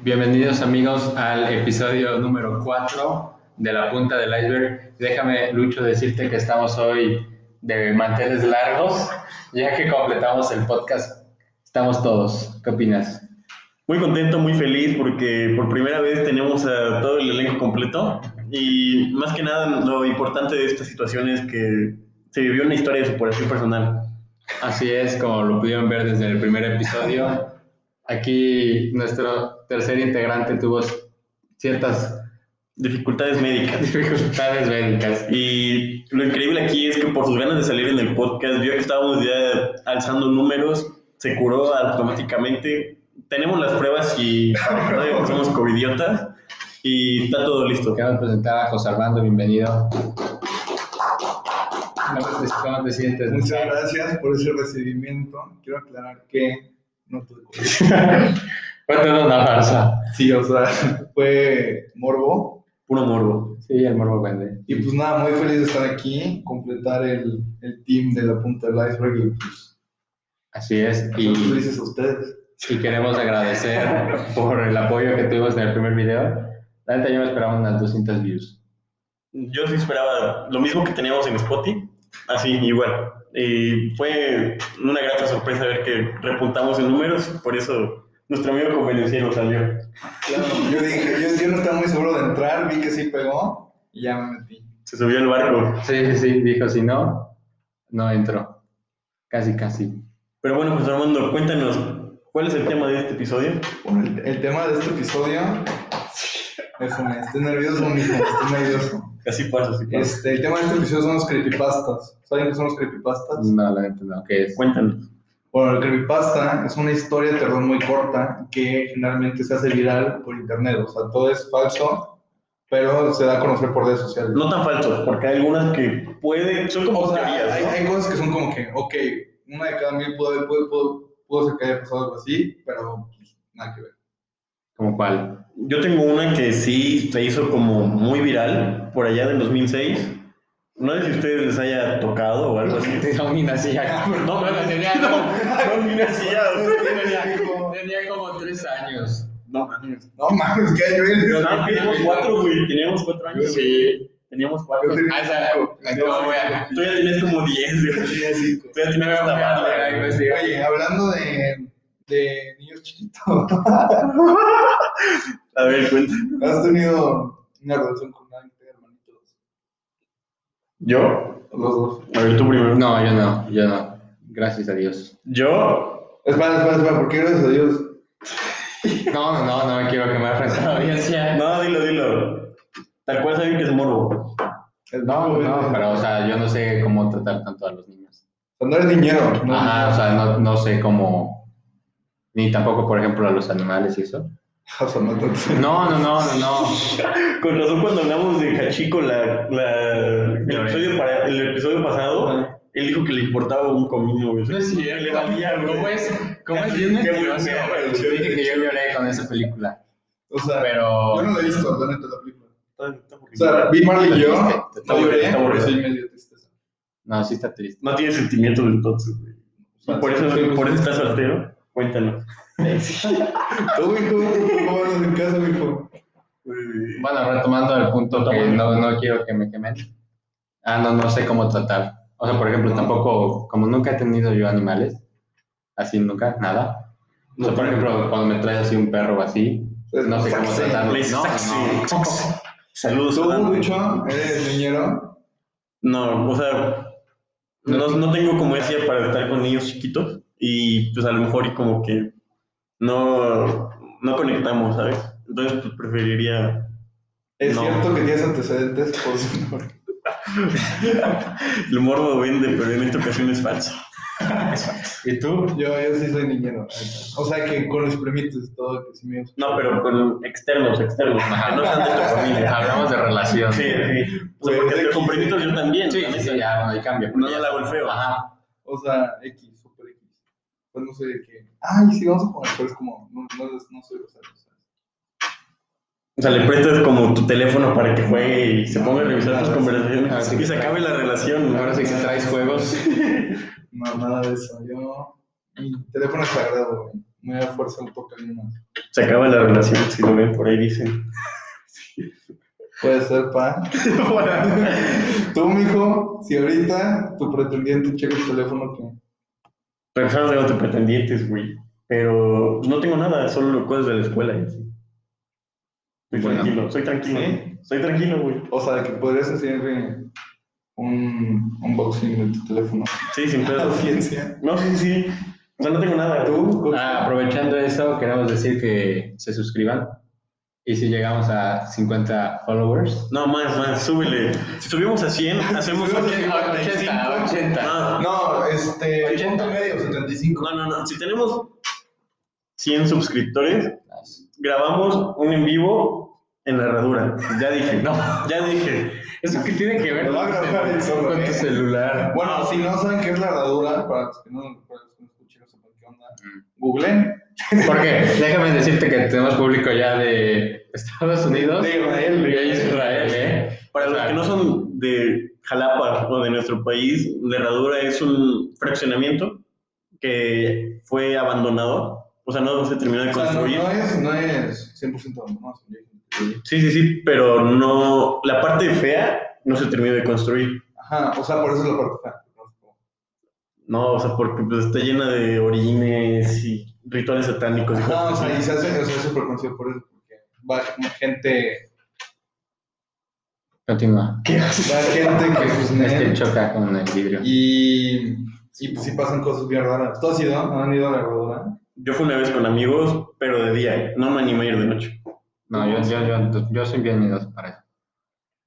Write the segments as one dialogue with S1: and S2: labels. S1: Bienvenidos amigos al episodio número 4 de La Punta del Iceberg. Déjame, Lucho, decirte que estamos hoy de manteles largos, ya que completamos el podcast. Estamos todos. ¿Qué opinas?
S2: Muy contento, muy feliz porque por primera vez tenemos a todo el elenco completo y más que nada lo importante de esta situación es que se vivió una historia de superación personal.
S1: Así es, como lo pudieron ver desde el primer episodio, aquí nuestro tercer integrante tuvo ciertas
S2: Dificultades médicas.
S1: dificultades médicas.
S2: Y lo increíble aquí es que por sus ganas de salir en el podcast, vio que estábamos ya alzando números, se curó automáticamente. Tenemos las pruebas y para que no digan que somos covidiotas y está todo listo.
S1: Queremos presentar a José Armando, bienvenido. ¿Cómo te, cómo te sientes?
S3: Pues Muchas gracias por ese recibimiento. Quiero aclarar que no tuve COVID.
S1: Cuéntanos una farsa.
S3: Sí, o sea, fue morbo.
S2: Puro morbo.
S1: Sí, el morbo vende.
S3: Y pues nada, muy feliz de estar aquí, completar el, el team de la punta del iceberg. Y pues,
S1: Así es,
S3: y...
S1: y,
S3: felices a ustedes.
S1: y queremos agradecer por el apoyo que tuvimos en el primer video. La neta, yo me esperaba unas 200 views.
S2: Yo sí esperaba lo mismo que teníamos en Spotify, así igual. Y fue una grata sorpresa ver que repuntamos en números, por eso nuestro amigo convenenciero salió.
S3: Claro, yo dije, yo, yo no estaba muy seguro de entrar, vi que sí pegó y ya me metí.
S2: Se subió al barco.
S1: Sí, sí, sí, dijo, si no, no entro. Casi, casi.
S2: Pero bueno, José Armando, cuéntanos, ¿cuál es el tema de este episodio?
S3: Bueno, el, el tema de este episodio. Déjame, estoy nervioso, mijo, estoy nervioso.
S2: Casi pasa, así pasa.
S3: Este, el tema de este episodio son los creepypastas. ¿Saben qué son los creepypastas?
S1: No, la neta, no, ¿qué es?
S2: Cuéntanos.
S3: Bueno, el creepypasta es una historia de terror muy corta que generalmente se hace viral por internet. O sea, todo es falso, pero se da a conocer por redes sociales.
S2: No tan falsos, porque hay algunas que pueden, son como
S3: O sea,
S2: teorías,
S3: hay,
S2: ¿no?
S3: hay cosas que son como que, ok, una de cada mil pudo, haber- pudo, pudo, pudo ser que haya pasado algo así, pero pues, nada que ver.
S1: ¿Como cuál?
S2: Yo tengo una que sí se hizo como muy viral por allá del 2006. No sé si a ustedes les haya tocado o algo así.
S1: Te domina así, ya, cabrón.
S2: No,
S1: Bueno, tenía,
S2: No, ni nacía.
S1: tenía- tenía como tres años.
S2: No, mames.
S3: No mames, que hay
S2: Pero
S3: veces.
S1: no,
S2: teníamos cuatro, güey. Teníamos cuatro años.
S1: Sí.
S2: Teníamos
S3: Yo
S2: cuatro.
S3: tenía
S1: Ah, esa-
S3: cinco.
S1: la que no voy a-
S2: Tú ya tenías como diez,
S3: Yo
S2: güey.
S3: tenía cinco.
S2: Tú ya tenías esta barba. güey.
S3: Oye, hablando de, de niños chiquitos,
S2: A ver, cuenta.
S3: ¿has tenido una relación con alguien que tenga hermanitos?
S2: ¿Yo?
S3: Los dos.
S2: A ver, tú primero.
S1: No, yo no, yo no. Gracias a Dios.
S2: Yo.
S3: Espera, espera, espera, ¿por qué gracias a Dios?
S1: No, no, no, no me quiero quemar frente a la audiencia.
S2: No, dilo, dilo. Tal cual saben que es morbo.
S1: No, no, pero, o sea, yo no sé cómo tratar tanto a los niños.
S3: Cuando eres niñero, ¿no?
S1: Ajá, o sea, no, no sé cómo. Ni tampoco, por ejemplo, a los animales y eso.
S3: O sea, no tanto.
S1: No, no, no, no, no.
S2: Con razón, cuando hablamos de Cachico, la, la- el, episodio para- el episodio pasado, él dijo que le importaba un comino, güey. Le valía, güey.
S1: ¿Cómo es? ¿Cómo es?
S2: Qué
S1: Yo no
S2: bueno,
S1: entiendo,
S2: güey.
S1: Dije que yo lloré con esa película.
S3: O sea,
S1: Pero.
S3: yo no lo he visto, la neta, la película.
S2: Está- está aburrido.
S3: O sea, vi Marley y
S1: Está
S3: yo, no
S2: aburrido,
S3: lloré,
S2: está aburrido.
S3: pero soy medio tristeza.
S1: No, sí está triste.
S2: no tiene sentimientos entonces, güey.
S3: O sea,
S2: Por eso,
S3: soy-
S2: por eso está soltero. Cuéntanos.
S3: Tú, hijo, ¿cómo vas en casa, hijo?
S1: Bueno, retomando el punto que no, no quiero que me quemen. Ah, no, no sé cómo tratar. O sea, por ejemplo, tampoco, como nunca he tenido yo animales, así nunca, nada. O sea, por ejemplo, cuando me traes así un perro o así, no sé cómo
S3: Sexy.
S1: tratarlo.
S2: Les
S1: No,
S2: sexy.
S1: no.
S2: Saludos.
S3: Tú,
S2: Fernando.
S3: Lucho, eres niñero.
S2: No, o sea, no, no tengo como decía para estar con niños chiquitos y pues a lo mejor y como que no, no conectamos, ¿sabes? Entonces pues preferiría...
S3: Es
S2: No.
S3: cierto que tienes antecedentes por su
S2: El morbo vende, pero en esta ocasión es falso.
S1: ¿Y tú?
S3: Yo, yo sí soy niñero. O sea, que con los primitos y todo, que sí me
S2: No, pero con externos, externos, que no sean de tu familia. Pues,
S1: Hablamos de relación.
S2: Sí, sí. O sea, porque con primitos yo también.
S1: Sí,
S2: la neta.
S1: sí, ya, bueno, ahí cambio.
S2: No, no la golpeo.
S1: Ajá.
S3: O sea, X, super X. Pues no sé de qué. Ay, sí, vamos a jugar. Pero es como, no, no, no soy rosario.
S2: O sea, le prestas como tu teléfono para que juegue y se ponga a revisar tus conversaciones y se acabe la relación. ¿no?
S1: Ahora sí que traes juegos.
S3: No, nada de eso. Yo, mi teléfono es sagrado, güey. Me da fuerza un poco más.
S2: Se acaba la relación, si lo ven por ahí, dicen.
S3: Puede ser, pa. Tú, mijo, si ahorita tu pretendiente checa el teléfono, que
S2: Pero sabes de otros pretendientes, güey. Pero pues, no tengo nada, solo cosas de la escuela y así. Soy
S1: Bueno.
S2: tranquilo, soy tranquilo.
S3: ¿Sí?
S2: Soy tranquilo, güey.
S3: O sea, que podrías hacerle un unboxing de tu teléfono.
S2: Sí, sin
S3: La
S2: pedo.
S3: audiencia.
S2: No, sí, sí. O sea, no tengo nada.
S3: ¿Tú?
S1: Ah, aprovechando eso, queremos decir que se suscriban. Y si llegamos a 50 followers,
S2: No, más, más, súbele. Si subimos a 100, hacemos
S3: subimos
S2: 85.
S3: a
S1: 80, 80.
S2: No,
S3: No, este.
S1: 80.
S3: punto medio, 75.
S2: no, no, no. Si tenemos 100 suscriptores, grabamos un en vivo en la herradura. Ya dije,
S1: No.
S2: ya dije.
S1: ¿Eso que tiene que ver
S3: Lo va a grabar él solo,
S1: con tu
S3: ¿eh?
S1: celular?
S3: Bueno, si no saben qué es la herradura, para los que no para los que no escuchen, no sepan qué onda,
S2: Mm.
S3: googleen.
S1: Porque déjame decirte que tenemos público ya de Estados Unidos.
S3: De Israel,
S1: Y
S3: de-
S1: de Israel, ¿eh?
S2: Para los que no son de Jalapa o de nuestro país, la herradura es un fraccionamiento que fue abandonado. O sea, no se terminó de
S3: O sea, no,
S2: construir.
S3: no es, no es 100% no, es-
S2: Sí, sí, sí, pero no. La parte fea no se terminó de construir.
S3: Ajá, o sea, por eso es la parte fea.
S2: No, o sea, porque pues, está llena de orines y rituales satánicos. y
S3: Ajá, o
S2: cosas
S3: sea, y
S2: así.
S3: se hace, o sea, es súper conocido por eso, porque va como gente,
S1: Continúa.
S2: ¿Qué haces?
S3: va gente que pues,
S1: Es que
S3: ne-
S1: choca con el vidrio.
S3: y, y pues sí pasan cosas bien raras. ¿Tú has ido? ¿No han ido a la herradura?
S2: Yo fui una vez con amigos, pero de día. No me animé a ir de noche.
S1: No, yo, yo, yo, yo soy bien miedoso para eso.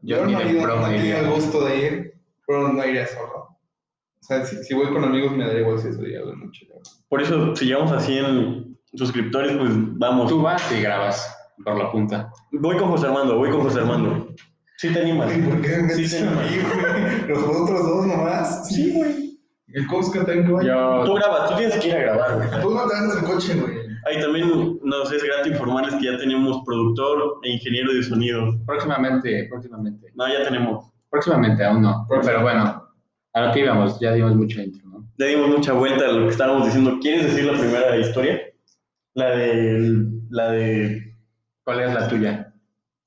S1: Yo, ni
S3: no he
S1: de
S3: ido, no
S1: broma
S3: he tenido
S1: iría.
S3: el gusto de ir, pero no iría solo. O sea, si, si voy con amigos me daría igual si eso día o de noche. la verdad.
S2: Por eso, si llegamos a 100 suscriptores, pues vamos.
S1: Tú vas y grabas por la punta.
S2: Voy con José Armando, voy con José Armando. Sí te animas.
S3: Ay, ¿Por qué me
S2: Sí,
S3: metes
S2: sí,
S3: a mí, güey? Los otros dos nomás.
S2: Sí, güey.
S3: El Cosca también, güey.
S2: Tú
S1: Yo,
S2: grabas, tú tienes que ir a grabar, güey.
S3: Tú no te andas en coche, güey.
S2: Ahí también nos es grato informarles que ya tenemos productor e ingeniero de sonido.
S1: próximamente, próximamente.
S2: No, ya tenemos.
S1: Próximamente, aún no.
S3: Próximo.
S1: Pero bueno, a lo que íbamos, ya dimos mucha intro, ¿no?
S2: Ya dimos mucha vuelta a lo que estábamos diciendo. ¿Quieres decir la primera historia? La de. La de.
S1: ¿Cuál es la tuya?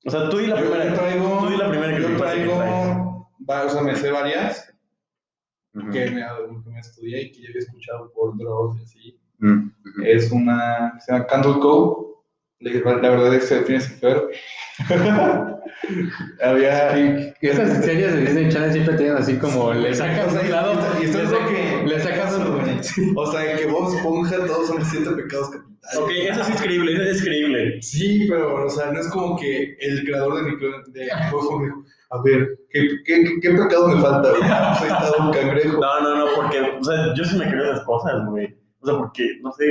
S2: O sea, tú di la
S3: yo
S2: primera.
S3: traigo.
S2: tú di la primera que te
S3: yo
S2: parece que
S3: traigo. va, o sea, me sé varias
S1: Ujú.
S3: que, me, que me estudié y que ya había escuchado por Dross y así.
S1: Mm, ujú.
S3: Es una. que Se llama Candle Co. La, la verdad es que tienes que ver. Había.
S1: Y esas series de Disney Channel siempre tienen así como le
S3: O
S1: sacas
S3: sea,
S1: un lado
S3: y- y esto
S1: le
S3: es lo
S1: sac-
S3: que-
S1: le sacas un
S3: O sea, que vos esponja todos son los siete pecados capitales.
S2: Ok, eso sí es creíble, eso sí es creíble.
S3: Sí, pero, o sea, no es como que el creador de mi de Ojo me dijo, a ver, ¿qué, qué, qué, qué pecado me falta? güey? Pues ahí está un cangrejo.
S2: No, no, no, porque. O sea, yo sí me creo esas cosas, güey. O sea, porque, no sé.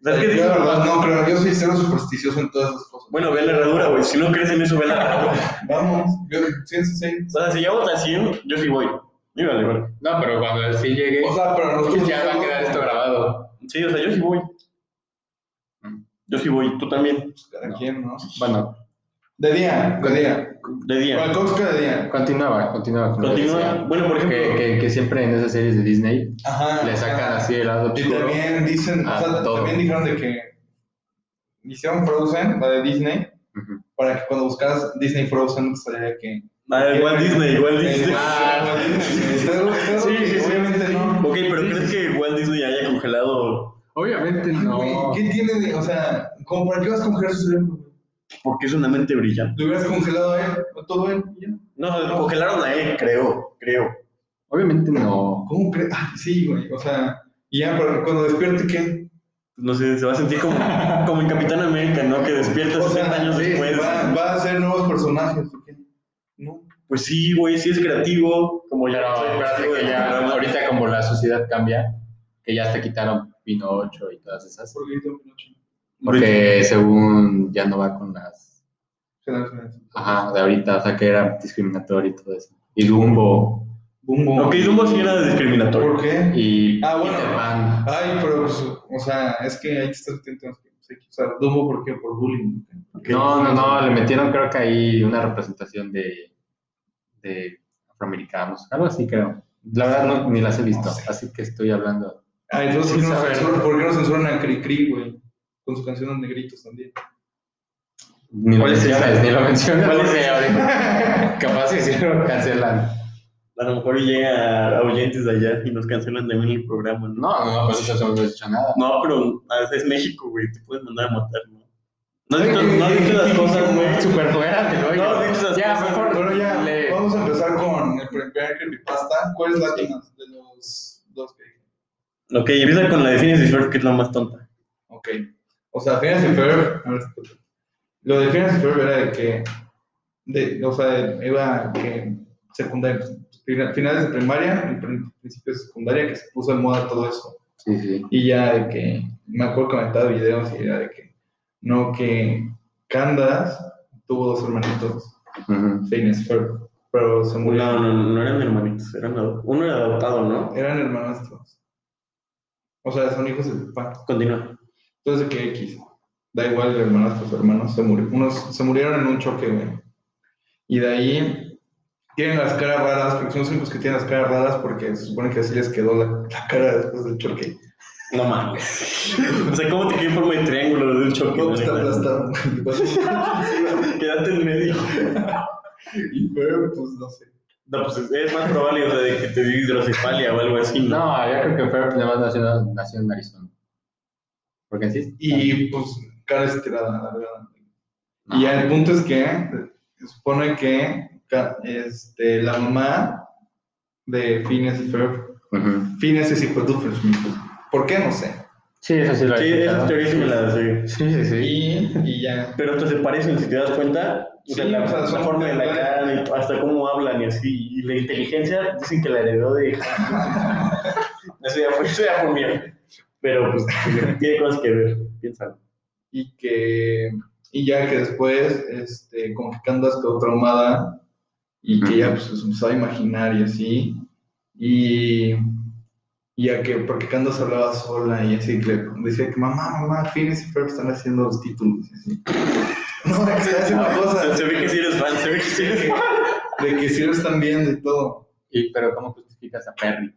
S2: O sea, es que
S3: Yo,
S2: dices,
S3: la verdad, no, creo, yo soy cero supersticioso en todas esas cosas.
S2: Bueno, ve la herradura, güey. Si no crees en eso, ve la herradura.
S3: Vamos, yo, sí, sí, sí.
S2: O sea, si llegamos a 100, yo sí voy. Dígale, güey.
S1: No, pero cuando así llegue,
S3: O sea, pero nosotros...
S1: ya va a quedar esto grabado.
S2: Sí, o sea, yo sí voy. Yo sí voy, tú también.
S3: ¿A quién, no?
S1: Bueno,
S3: De día, de día.
S2: De día.
S3: Balkovska de día.
S1: continuaba, continuaba con lo que
S2: Continúa.
S1: decía.
S2: Bueno, por
S1: Que,
S2: ejemplo.
S1: que, que siempre en esas series de Disney
S3: Ajá.
S1: le sacan así el lado
S3: Ah, Y
S1: oscuro.
S3: también dicen, o
S1: Ah,
S3: sea,
S1: todo.
S3: también dijeron de que hicieron Frozen, la de Disney,
S1: Ujú.
S3: para que cuando buscaras Disney Frozen no te saliera que...
S2: Ah, Walt Disney, Walt
S3: Este,
S2: Disney.
S1: Ah,
S3: sí, obviamente no.
S2: Ok, pero ¿crees que Walt Disney haya congelado?
S1: Obviamente no.
S3: ¿Qué tiene de, o sea, como para qué vas a congelar su cerebro?
S2: Porque es una mente brillante.
S3: Lo hubieras congelado a él, a todo él, y ya.
S2: No, lo congelaron a él, creo, creo.
S1: Obviamente no.
S3: ¿Cómo crees? Ah, sí, güey, o sea, y ya, pero cuando despierte, ¿qué?
S2: No sé, se va a sentir como, como en Capitán América, ¿no? Que despierta
S3: O
S2: 60
S3: sea,
S2: años
S3: sí,
S2: después.
S3: va, va a hacer nuevos personajes, ¿o qué? No.
S2: Pues sí, güey, sí es creativo. Como ya
S1: Pero
S2: soy
S1: espérate
S2: creativo
S1: que
S2: de
S1: ya,
S2: programa.
S1: ahorita como la sociedad cambia, que ya hasta quitaron Pinocho y todas esas.
S3: ¿Por qué hizo Pinocho?
S1: Porque según ya no va con las
S3: Generaciones.
S1: Ajá, de ahorita, o sea, que era discriminatorio y todo eso. Y Dumbo,
S3: Bum, bum.
S2: Ok, Dumbo sí era discriminatorio.
S3: ¿Por qué?
S1: y
S3: Ah, bueno.
S1: Peter Pan.
S3: Ay, pero, pues, o sea, es que hay que estar atento. a los que- O sea, Dumbo, ¿por qué? Por bullying.
S1: No, no, no, le metieron creo que ahí una representación de, de afroamericanos, algo así creo. La verdad no, ni las he visto,
S3: No sé.
S1: así que estoy hablando.
S3: Ah, entonces, ¿por qué,
S1: Sin
S3: no
S1: saber.
S3: censuran, ¿por qué no censuran a Cricri, güey? con su canción Los Negritos también.
S1: Ni lo
S2: ¿Cuál es
S1: mencionas,
S2: esa?
S1: ni lo mencionas.
S2: ¿Cuál es
S1: porque
S2: esa?
S1: ahorita- Capaz si sí lo cancelan.
S2: A lo mejor llega a oyentes de allá y nos cancelan también el programa, ¿no?
S1: No, no, pues eso no he hecho nada.
S2: No, pero a veces es México, güey, te pueden mandar a matar, ¿no? No has visto, no has visto las cosas, güey.
S1: Súper fuera de lo
S2: No has visto las
S1: Ya,
S2: cosas,
S1: mejor.
S3: Bueno, Ah, ya,
S1: le-
S3: vamos a empezar con el primer creepypasta. ¿Cuáles latinas de los dos que
S2: Ok, empieza con la de Phineas y Ferb, que es la más tonta.
S3: Ok. O sea, Phineas y Ferb. a ver, Lo de Phineas y Ferb era de que. De, o sea, iba que secundaria, pues, fina- finales de primaria y prin- principios de secundaria que se puso en moda todo eso.
S1: Sí, sí.
S3: Y ya de que. Me acuerdo que comentaba videos y era de que. No, que Candas tuvo dos hermanitos,
S1: Ujú.
S3: Phineas y Ferb, pero se
S2: No,
S3: murieron.
S2: no, no eran hermanitos, eran ado- uno era adoptado, ¿no?
S3: Eran hermanastros. O sea, son hijos de papá.
S2: Continúa.
S3: Entonces, ¿qué X? Da igual, hermanos, tus hermanos se, muri- unos, se murieron en un choque, güey. Y de ahí tienen las caras raras, porque son los únicos que tienen las caras raras porque se supone que así les quedó la, la cara después del choque.
S2: No mames. o sea, ¿cómo te quedó en forma de triángulo de un choque?
S3: Todo está
S2: la neta?
S3: aplastado.
S2: Quédate en medio.
S3: y pero, pues, no sé.
S2: No, pues es- es más probable o sea, de que te dio hidrocefalia o algo así, ¿no?
S1: No, yo creo que Ferb nada más nació, nació en Arizona. Porque sí.
S3: Y, pues, cara estirada, la verdad.
S1: No.
S3: Y ya el punto es que se supone que ca- este, la mamá de Phineas y Ferb,
S1: Ujú.
S3: Phineas es hijo de Doofenshmirtz. ¿Por qué? No sé.
S1: Sí, eso sí lo he
S2: Sí, esa
S1: escuchado.
S2: teoría sí me la sé.
S1: Sí, sí, sí.
S3: Y, y ya.
S2: Pero hasta se parecen, si te das cuenta. O sea,
S3: Sí,
S2: la,
S3: o sea,
S2: la
S3: son-
S2: forma de la cara, y hasta cómo hablan y así. Y la inteligencia, dicen que la heredó de. eso ya fue, eso ya fue mierda. Pero pues tiene cosas que ver, piénsalo.
S3: Y que. Y ya que después, este, como que Candace quedó traumada y que ya pues, se empezó a imaginar y así. Y. y ya que, porque Candace hablaba sola y así, que le decía que mamá, mamá, Phineas y Ferb están haciendo los títulos y así. No, de que están haciendo
S2: Se,
S3: cosas,
S2: se ve que sí eres fan, se ve que sí eres fan.
S3: de que sí lo están viendo y todo.
S1: Y, pero ¿cómo justificas a Perry?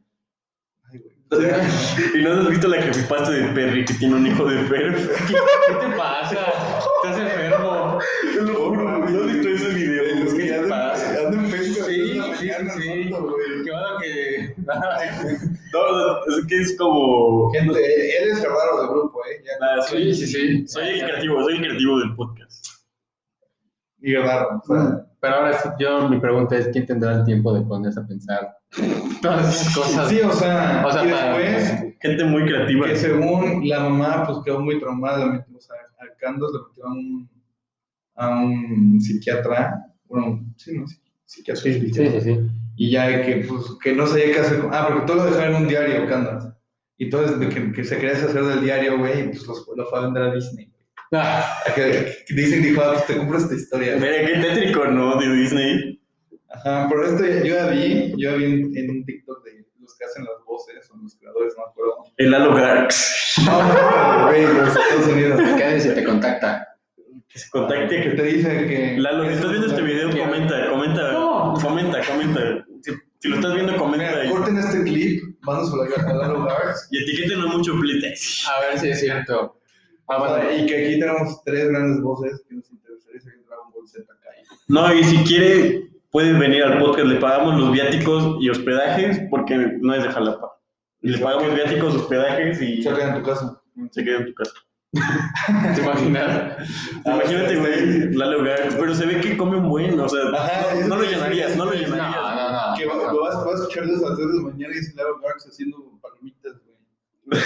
S3: Ay, güey.
S2: Y no has visto la creepypasta de Perry que tiene un hijo de Perry.
S1: ¿Qué te pasa? Estás enfermo.
S2: Te lo juro, güey, no he visto ese video.
S3: Es que
S2: ¿Qué
S3: ya
S2: te pasa?
S3: ando- ando en Facebook,
S1: Sí,
S3: ando
S1: sí,
S3: en la mañana,
S1: sí.
S3: ando, güey.
S1: Qué bueno que...
S2: No, no, es que es como.
S3: Gente, él es el raro del grupo, ¿eh? Ya.
S2: Nada, soy,
S1: Sí, sí, sí.
S2: soy el creativo, soy el creativo del podcast.
S3: Y raro, o sea,
S1: Pero ahora sí, yo mi pregunta es, ¿quién tendrá el tiempo de ponerse a pensar todas esas cosas?
S3: Sí, o sea,
S1: O sea,
S3: y
S1: para-
S3: después,
S2: Gente muy creativa.
S3: que según la mamá, pues quedó muy traumada, la metió- o sea, a Candos le metió a un, a un psiquiatra, bueno, sí, no, sí, psiquiatra,
S1: sí, sí. sí.
S3: y ya de que, pues, que no sabía qué hacer, con- ah, porque todo lo dejaba en un diario, Candos, y entonces de que, que se quería deshacer del diario, güey, y pues los- lo fue a vender a Disney.
S1: Ah,
S3: Que- que Dicen, dijo, ah, pues te compro esta historia, güey.
S2: Mira, qué tétrico, ¿no? De Disney.
S3: Ajá, pero esto ya- yo ya vi, yo ya vi en, en un TikTok de los que hacen las voces, o los creadores, no me acuerdo.
S2: El Lalo Garx.
S3: No, güey, los Estados Unidos.
S1: Quédate si te contacta.
S2: Que se contacte.
S3: Que
S2: Que...
S3: te dice que.
S2: Lalo, si estás viendo este video, comenta, comenta.
S1: No.
S2: Comenta, comenta. Si, si lo estás viendo, comenta.
S3: Mira,
S2: Y,
S3: corten este clip, mándoselo a Lalo Garx.
S2: y etiquétenos mucho, please.
S1: A ver si es cierto. Ah,
S3: O
S1: bueno.
S3: sea, Y que aquí tenemos tres grandes voces que nos interesaría saber en Dragon Ball Z Kai.
S2: No, y si quiere, puede venir al podcast. Le pagamos los viáticos y hospedajes porque no es de Jalapa. Le pagamos viáticos, hospedajes y
S3: Y se queda en tu casa.
S2: se queda en tu casa.
S1: ¿Te imaginas?
S2: Imagínate, güey, Lalo Garx, pero se ve que come un buen, o sea,
S3: Ajá,
S2: no, no lo
S3: es-
S2: llenarías, no lo
S1: No,
S2: llenarías.
S1: no, no.
S3: Que va- lo vas, lo vas a escuchar desde las 3 de la mañana y es Lalo Garx haciendo palomitas, güey.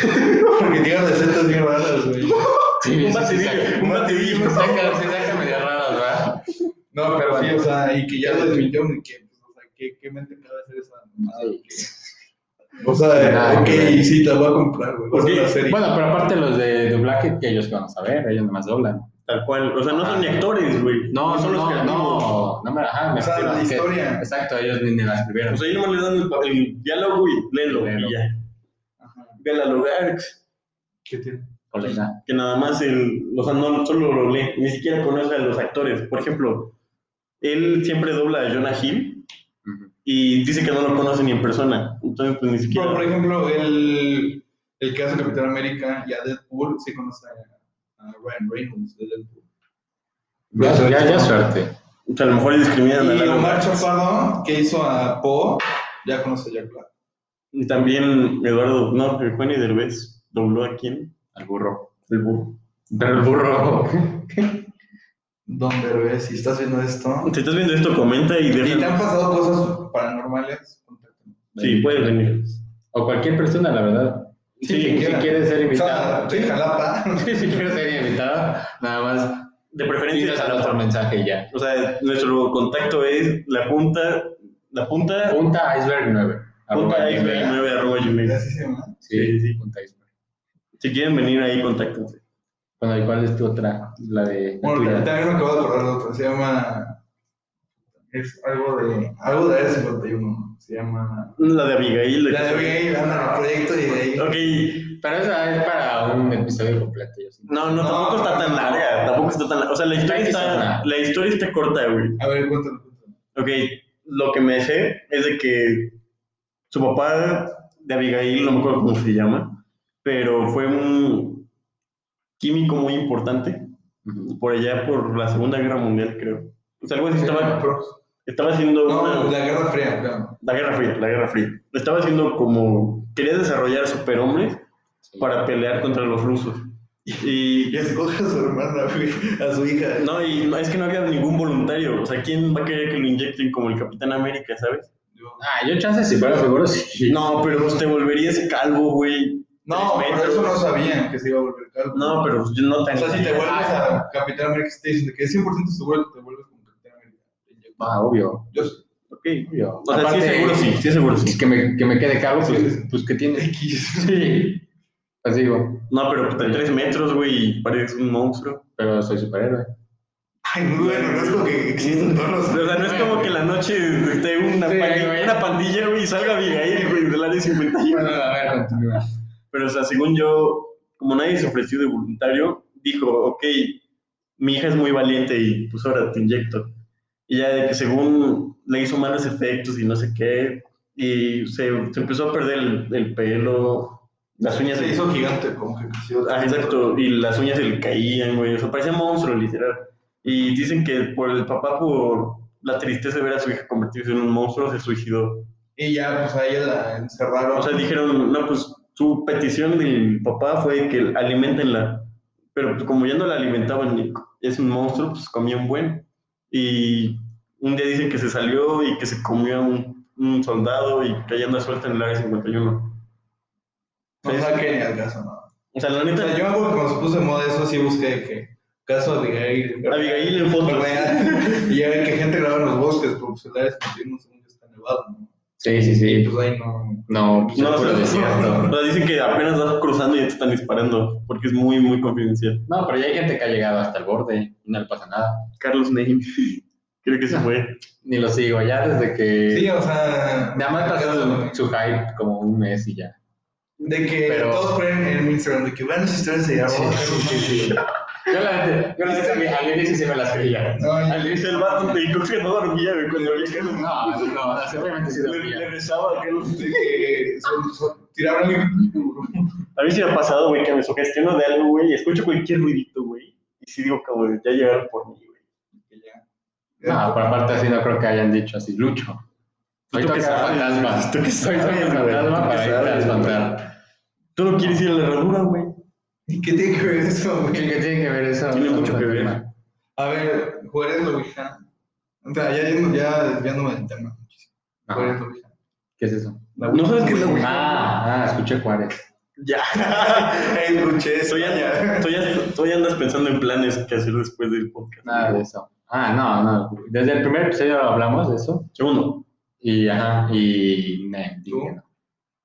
S3: Porque tiene recetas bien raras, güey.
S1: Sí,
S2: Un
S1: sí, sí,
S2: batidillo,
S1: saca-
S2: un batidillo, por favor.
S1: saca- sí, saca medio raras, ¿verdad?
S3: No, pero sí, o sea, y que ya lo desmintieron y que, pues, o sea, ¿qué, qué mente me va a hacer esa mamada? que- O sea,
S1: Nada,
S3: ok,
S1: güey.
S3: sí, la voy a comprar, güey. Vas a
S2: Ok,
S3: la serie.
S1: Bueno, pero aparte los de doblaje, que ellos que van a saber, ellos nomás doblan.
S2: Tal cual, o sea, no son ni actores, güey.
S1: No,
S2: son
S1: no,
S2: los
S1: no,
S2: creativos.
S1: no, no me ajá, me
S3: O sea,
S1: refiero
S3: la
S1: a que-
S3: historia.
S1: Exacto, ellos ni, ni la escribieron.
S2: O sea, ahí nomás le dan el, pa- el diálogo y léelo,
S1: Léelo.
S2: y ya.
S3: Ajá.
S2: Ve a Lalo Garx,
S3: ¿Qué tiene?
S1: Colega.
S2: que nada más, el, o sea, no, solo lo lee, ni siquiera conoce a los actores. Por ejemplo, él siempre dobla a Jonah Hill
S1: Ujú.
S2: y dice que no lo conoce ni en persona, entonces pues ni
S3: Pero, por
S2: siquiera...
S3: ejemplo, el, el que hace Capitán América y a Deadpool sí conoce a- a Ryan Reynolds de Deadpool.
S1: Ya, ya, ya suerte.
S2: O sea, a lo mejor discriminan a
S3: Y
S2: la
S3: Omar Chaparro, que hizo a Poe, ya conoce a Jack Black.
S2: Y también Eduardo, no, el Juan y Derbez dobló a quién?
S1: Al burro.
S2: El burro.
S1: Pero el burro.
S3: Don Derbez, si estás viendo esto.
S2: Si estás viendo esto, comenta y
S3: ¿Y te
S2: deja.
S3: han pasado cosas paranormales? Contáctame.
S2: Sí, puedes venir.
S1: O cualquier persona, la verdad.
S2: Sí,
S1: Sí,
S3: que
S1: si
S3: quiera.
S1: quieres ser
S3: O sea,
S1: invitado.
S3: estoy en Jalapa.
S1: Sí, si quieres ser invitado, nada más
S2: De preferencia,
S1: dinos a nuestro mensaje y ya.
S2: o sea, nuestro contacto es la punta, la punta,
S1: Punta Iceberg 9.
S2: punta iceberg 9 arroba gmail.
S3: Así se llama.
S1: Sí, sí,
S2: Sí, sí.
S1: punta Iceberg.
S2: Si quieren venir ahí, contáctense.
S1: Bueno, ¿y cuál es tu otra? La de. la
S3: Bueno,
S1: tuya.
S3: también me acabo de acordar de otra. Se llama. Es algo de. Algo de Área 51. Se llama.
S2: La de Abigail.
S3: La
S2: que-
S3: de Gay, anda en el proyecto y de ahí.
S2: Ok.
S1: Pero esa es para un episodio completo. Yo siento.
S2: No, no, tampoco
S3: No.
S2: está tan larga. Tampoco está tan larga. O sea, la historia
S1: Hay que
S2: está,
S1: cerrar.
S2: la historia está corta, güey.
S3: A ver, cuéntalo. cuéntalo.
S2: Ok, lo que me sé es de que su papá de Abigail, no me acuerdo cómo se llama, pero fue un químico muy importante
S1: Ujú.
S2: por allá por la Segunda Guerra Mundial, creo. O sea, algo así estaba, estaba haciendo
S3: No,
S2: una-
S3: la Guerra Fría, claro.
S2: la Guerra Fría, la Guerra Fría. Estaba haciendo como quería desarrollar superhombres
S1: Sí.
S2: para pelear contra los rusos. Y
S3: Y escoge a su hermana, güey, a su hija.
S2: no, y no- es que no había ningún voluntario, o sea, ¿quién va a querer que lo inyecten como el Capitán América, sabes?
S3: Yo-
S1: Ah, yo chance si fuera seguro sí.
S2: No, pero pues, te volverías calvo, güey.
S3: No,
S2: Tres
S3: pero
S2: metros.
S3: eso no sabían que se iba a volver calvo.
S2: No, pero yo no Ah,
S3: O
S2: te
S3: sea, si te vuelves a Capitán América Station, que es 100% seguro que te vuelves como Capitán América.
S1: Ah, obvio.
S3: Yo soy
S2: Ok.
S1: obvio. pues,
S2: O sea, sí, seguro sí, sí, seguro sí.
S1: Es que me, que me quede calvo, pues,
S3: Sí.
S1: pues que tiene.
S3: X.
S1: Sí. Pues digo,
S2: No, pero de tres metros, güey, y pareces un monstruo.
S1: pero soy superhéroe.
S3: Ay, no, bueno, no es como que existen todos los.
S2: O sea, no es como que la noche esté una,
S1: Sí,
S2: pandi-
S1: güey.
S2: una pandilla, güey, y salga Abigail, güey, del área 51.
S1: Bueno, a ver, continúa.
S2: Pero, o sea, según yo, como nadie se ofreció de voluntario, dijo, ok, mi hija es muy valiente y pues ahora te inyecto. Y ya de que según le hizo malos efectos y no sé qué, y se, se empezó a perder el, el pelo, las uñas
S3: Se
S2: le
S3: hizo gigante, como que creció.
S2: Ah, exacto, y las uñas se le caían, güey, o sea, parecía monstruo, literal. Y dicen que por el papá, por la tristeza de ver a su hija convertirse en un monstruo, se suicidó.
S3: Y ya, pues a ella la encerraron.
S2: O sea, dijeron, no, pues su petición del papá fue que alimentenla. Pero pues, como ya no la alimentaban, y es un monstruo, pues comía un buen. Y un día dicen que se salió y que se comió a un, un soldado y que ya anda suelta en el área 51.
S3: no saqué ni al caso, no.
S2: O sea, la
S3: O
S2: neta,
S3: sea, yo hago que cuando se puso de moda eso, sí busqué que. Caso Abigail.
S2: Abigail en fotos.
S3: Real. Y ya ven que gente graba en los bosques, porque pues, el área 51 según yo está nevado, ¿no?
S1: Sí, sí,
S3: Y
S1: sí.
S3: pues ahí no.
S1: No, pues
S2: No,
S1: es puro
S2: no,
S1: desierto.
S2: O sea, dicen que apenas vas cruzando y ya te están disparando, porque es muy, muy confidencial.
S1: No, pero ya hay gente que ha llegado hasta el borde y no le pasa nada.
S2: Carlos Name, creo que se fue.
S1: Ni lo sigo, ya desde que.
S3: Sí, o sea.
S1: Nada más pasó su, su hype como un mes y ya.
S3: De que
S1: Pero-
S3: todos ponen en Instagram de que vean las historias de
S1: Sí,
S3: arroba.
S1: sí, sí, sí. Yo la neta, yo la neta, mi- al inicio sí me las creía.
S3: No,
S1: Al
S2: Dice
S1: inicio
S2: el vato, te dijo que no dormía, güey, cuando vi que no.
S1: No, no, no, seguramente sí
S2: Le, le
S1: dormía.
S2: rezaba a Carlos.
S3: de que son, son, tiraron mi.
S2: A mí sí me ha pasado, güey, que me sugestiono de algo, güey, y escucho cualquier ruidito, güey, y sí digo, cabrón, ya llegaron por mí, güey.
S1: No, pero Ah, aparte así no creo que hayan dicho así, Lucho. Soy
S2: ¿Tú
S1: toca
S2: qué
S1: el
S2: sabes?
S1: fantasma.
S2: ¿Tú qué
S1: Soy
S2: sabes,
S1: toca el
S2: güey? ¿Tú
S1: fantasma
S2: qué
S1: para irte a
S2: sabes,
S1: espantar.
S2: Tú no quieres ir a la herradura, güey.
S3: ¿Y qué tiene que ver eso,
S1: ¿Qué,
S3: güey?
S1: qué tiene que ver eso?
S2: Tiene
S1: con
S2: mucho que ver.
S1: fantasma?
S3: A ver, Juárez Lobija. O sea, ya, yendo- ya desviándome del tema. muchísimo.
S1: Ajá.
S3: Juárez Lobija.
S1: ¿Qué es eso?
S3: La
S2: ¿No sabes qué es la
S3: Ouija?
S1: Ah, ah, escuché Juárez.
S2: Ya.
S3: Escuché eso.
S2: Tú ya, tú ya- tú ya andas pensando en planes que hacer después del podcast.
S1: Nada de eso. Ah, no, no. Desde el primer episodio hablamos de eso.
S2: Segundo,
S1: Y ajá, y no, dije
S3: ¿Tú?
S1: no.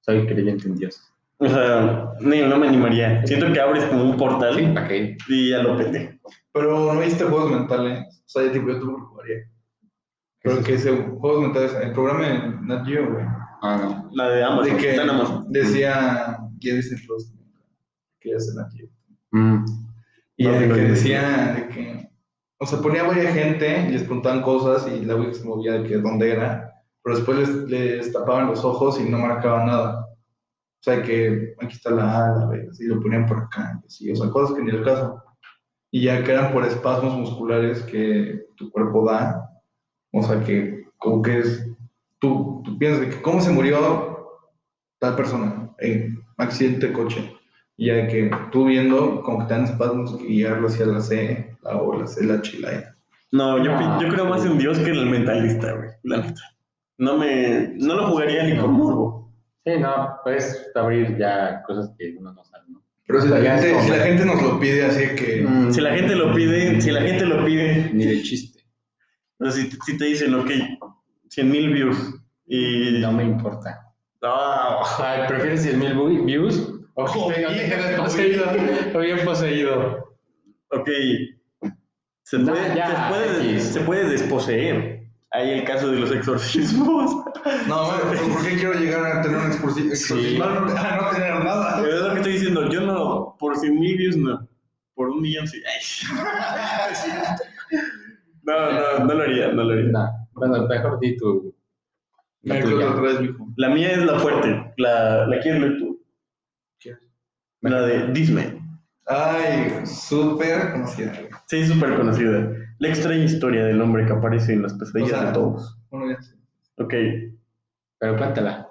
S1: Soy creyente en Dios.
S2: O sea, no, no me animaría. Siento que abres como un
S1: Sí,
S2: portal
S1: ¿para qué ir?
S2: y a lo pendejo.
S3: Pero no viste juegos mentales. O sea, yo tipo, yo tuve jugaría. Pero que ese juegos mentales, el programa de Nat Geo, güey.
S1: Ah, no.
S2: La de Amazon.
S3: de que
S2: está en Amazon.
S3: decía ¿Quién es el rostro? Que ya se la quiere.
S1: Mm,
S3: Y
S2: No,
S3: de
S2: no,
S3: que
S2: no, no.
S3: decía de que. O sea, ponía varias gente y les preguntaban cosas y la Ouija se movía de que dónde era. Pero después les, les tapaban los ojos y no marcaban nada. O sea, que aquí está la A, la B, así lo ponían por acá. Así, o sea, cosas que ni el caso. y ya que eran por espasmos musculares que tu cuerpo da, o sea que como que es, tú, tú piensas de que cómo se murió tal persona en accidente de coche, y ya que tú viendo como que te dan espasmos y guiarlo hacia la C, la O, la C, la H y la E.
S2: No, yo,
S1: Ah.
S2: yo creo más en Dios que en el mentalista, güey. La neta. No me. No lo jugaría ni con morbo.
S1: Sí, no, puedes abrir ya cosas que uno no sabe, ¿no?
S3: Pero si la,
S1: Ya es
S3: gente,
S1: como-
S3: si la gente nos lo pide así de que...
S2: Si la gente lo pide, si la gente lo pide.
S1: Mm, Ni de chiste.
S2: O sea, si, si te dicen, ok, 100 mil views. Y.
S1: No me importa.
S2: Ah,
S1: Ay, ¿prefieres 100.000 views? Ojo,
S3: Joder,
S1: bien
S3: güey.
S1: poseído. o bien poseído.
S2: ok. Se
S1: No,
S2: puede,
S1: ya,
S2: se, puede,
S1: X.
S2: se puede desposeer. Hay el caso de los exorcismos.
S3: No, mames, ¿por qué quiero llegar a tener un exorci- exorcismo? A no tener nada.
S2: Pero es lo que estoy diciendo. Yo no. Por 100 mil views, no. Por un millón, sí. Ay. No, no, no lo haría, no lo haría.
S1: No, bueno, mejor di tu... la
S3: Me acuerdo
S1: tuya.
S3: otra vez, mijo.
S2: La mía es la fuerte. La, la quieres leer tú. La de Disney.
S3: Ay, súper conocida. güey.
S2: Sí, súper conocida. La extraña historia del hombre que aparece en las pesadillas
S3: O sea,
S2: de todos.
S3: Bueno, ya sé.
S2: Ok.
S1: Pero cuéntala.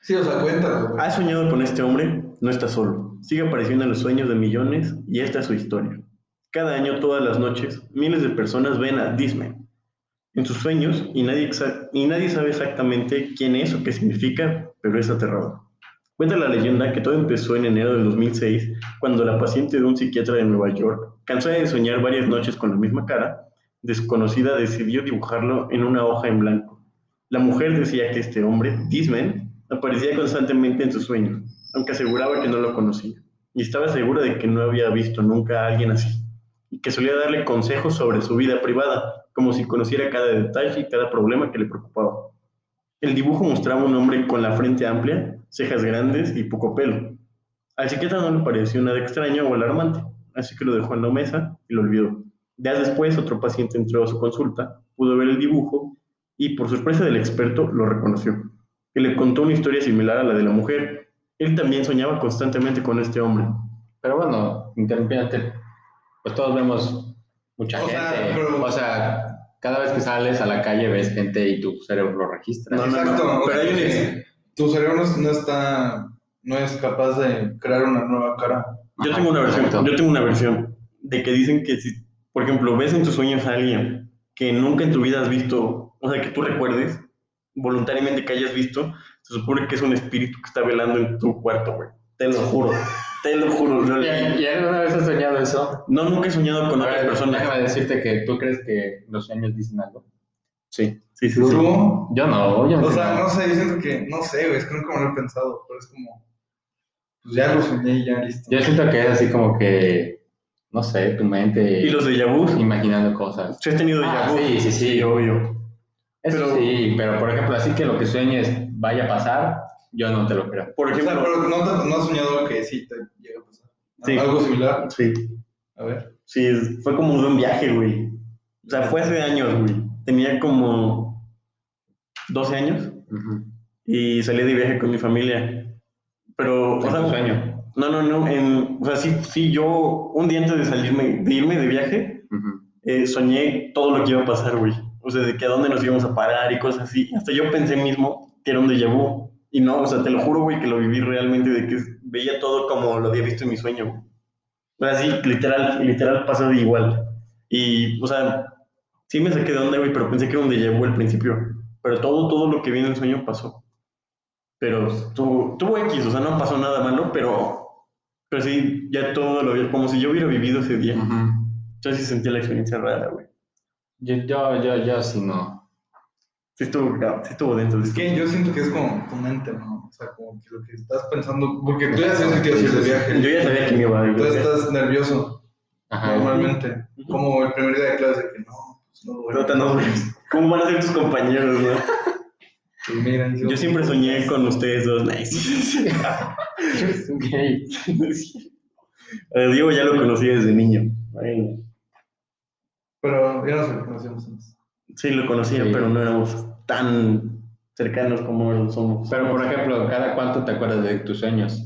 S3: Sí, o sea, cuéntala. güey.
S2: ¿Has soñado con este hombre? No estás solo. Sigue apareciendo en los sueños de millones y esta es su historia. Cada año, todas las noches, miles de personas ven a Disney en sus sueños y nadie, exa- y nadie sabe exactamente quién es o qué significa, pero es aterrador. Cuenta la leyenda que todo empezó en enero del 2006, cuando la paciente de un psiquiatra de Nueva York, cansada de soñar varias noches con la misma cara, desconocida decidió dibujarlo en una hoja en blanco. La mujer decía que este hombre, Disman, aparecía constantemente en sus sueños, aunque aseguraba que no lo conocía, y estaba segura de que no había visto nunca a alguien así, y que solía darle consejos sobre su vida privada, como si conociera cada detalle y cada problema que le preocupaba. El dibujo mostraba un hombre con la frente amplia, cejas grandes y poco pelo. Al psiquiatra no le pareció nada extraño o alarmante, así que lo dejó en la mesa y lo olvidó. Días después, otro paciente entró a su consulta, pudo ver el dibujo y, por sorpresa del experto, lo reconoció. Y le contó una historia similar a la de la mujer. Él también soñaba constantemente con este hombre.
S1: Pero bueno, interrumpiéndote. Pues todos vemos mucha
S3: O
S1: gente.
S3: sea, pero-
S1: O sea, cada vez que sales a la calle ves gente y tu cerebro lo registra.
S2: No, no,
S3: Exacto.
S2: no,
S3: o
S2: pero
S3: sea,
S2: hay un
S3: que
S2: ex-
S3: Tu cerebro no- no está... No es capaz de crear una nueva cara.
S2: Yo
S1: Ajá,
S2: tengo una versión,
S1: exacto.
S2: yo tengo una versión de que dicen que si, por ejemplo, ves en tus sueños a alguien que nunca en tu vida has visto, o sea, que tú recuerdes, voluntariamente que hayas visto, se supone que es un espíritu que está velando en tu cuarto, güey. Te lo juro, te lo juro. yo-
S1: ¿Y, y alguna vez has soñado eso?
S2: no, nunca he soñado con
S1: A
S2: otras
S1: ver,
S2: personas.
S1: Déjame decirte que tú crees que los sueños dicen algo.
S2: Sí, sí, sí. sí.
S3: Luego,
S1: Yo no, yo
S3: o sea, no sé, yo siento que... No sé, güey, es que nunca me lo he pensado. Pero es como... Pues ya lo soñé y ya, listo.
S1: Yo siento que es así como que, no sé, tu mente
S2: Y los de Yabú,
S1: imaginando cosas.
S2: si has tenido de
S1: Ah, sí, sí, sí.
S2: obvio.
S1: Eso
S2: Pero-
S1: sí, pero por ejemplo, así que lo que sueñes vaya a pasar, yo no te lo creo.
S2: Por
S3: O sea,
S2: ejemplo,
S3: pero no, te- no has soñado que sí te llega a pasar.
S2: Sí.
S3: Algo similar.
S2: sí,
S3: A ver.
S2: sí, es- fue como de un viaje, güey. O sea, fue hace años, güey. Tenía como 12 años. y salí de viaje con mi familia. Pero, o
S1: En
S2: sea,
S1: tu sueño.
S2: no, no, no, en, o sea, sí, sí, yo un día antes de salirme, de irme de viaje,
S1: Ujú.
S2: eh, soñé todo lo que iba a pasar, güey. O sea, de que a dónde nos íbamos a parar y cosas así. Hasta yo pensé mismo que era un déjà vu. Y no, o sea, te lo juro, güey, que lo viví realmente, de que veía todo como lo había visto en mi sueño, güey. O sea, sí, literal, literal pasó de igual. Y, o sea, sí me saqué de onda, güey, pero pensé que era un déjà vu al principio. Pero todo, todo lo que vi en el sueño pasó. Pero tuvo, tuvo X, o sea, no pasó nada malo, pero, pero sí, ya todo lo vi, como si yo hubiera vivido ese día. Yo sí sentí la experiencia rara, güey.
S1: Yo, yo, yo, yo sí no.
S2: Sí estuvo, gra- sí estuvo dentro.
S3: Es que yo siento que es como tu mente, ¿no? O sea, como que lo que estás pensando. Porque tú ya sabes que te vas a ir de viaje.
S2: Yo ya sabía que me iba a ir.
S3: Tú estás nervioso
S1: Ajá.
S3: normalmente. Como el primer día de clase, que no, pues no voy.
S2: Trata, no, güey. ¿Cómo van a ser tus compañeros, no?
S3: Pues mira, y
S2: Yo siempre
S1: pues,
S2: soñé con ustedes dos, nice.
S1: Gay.
S2: Eh, Diego ya lo conocí desde niño. Bueno,
S3: Pero ya nos reconocemos antes.
S2: sí, lo conocía,
S1: Sí.
S2: pero no éramos tan cercanos como ahora somos.
S1: Pero por ejemplo, ¿cada cuánto te acuerdas de tus sueños?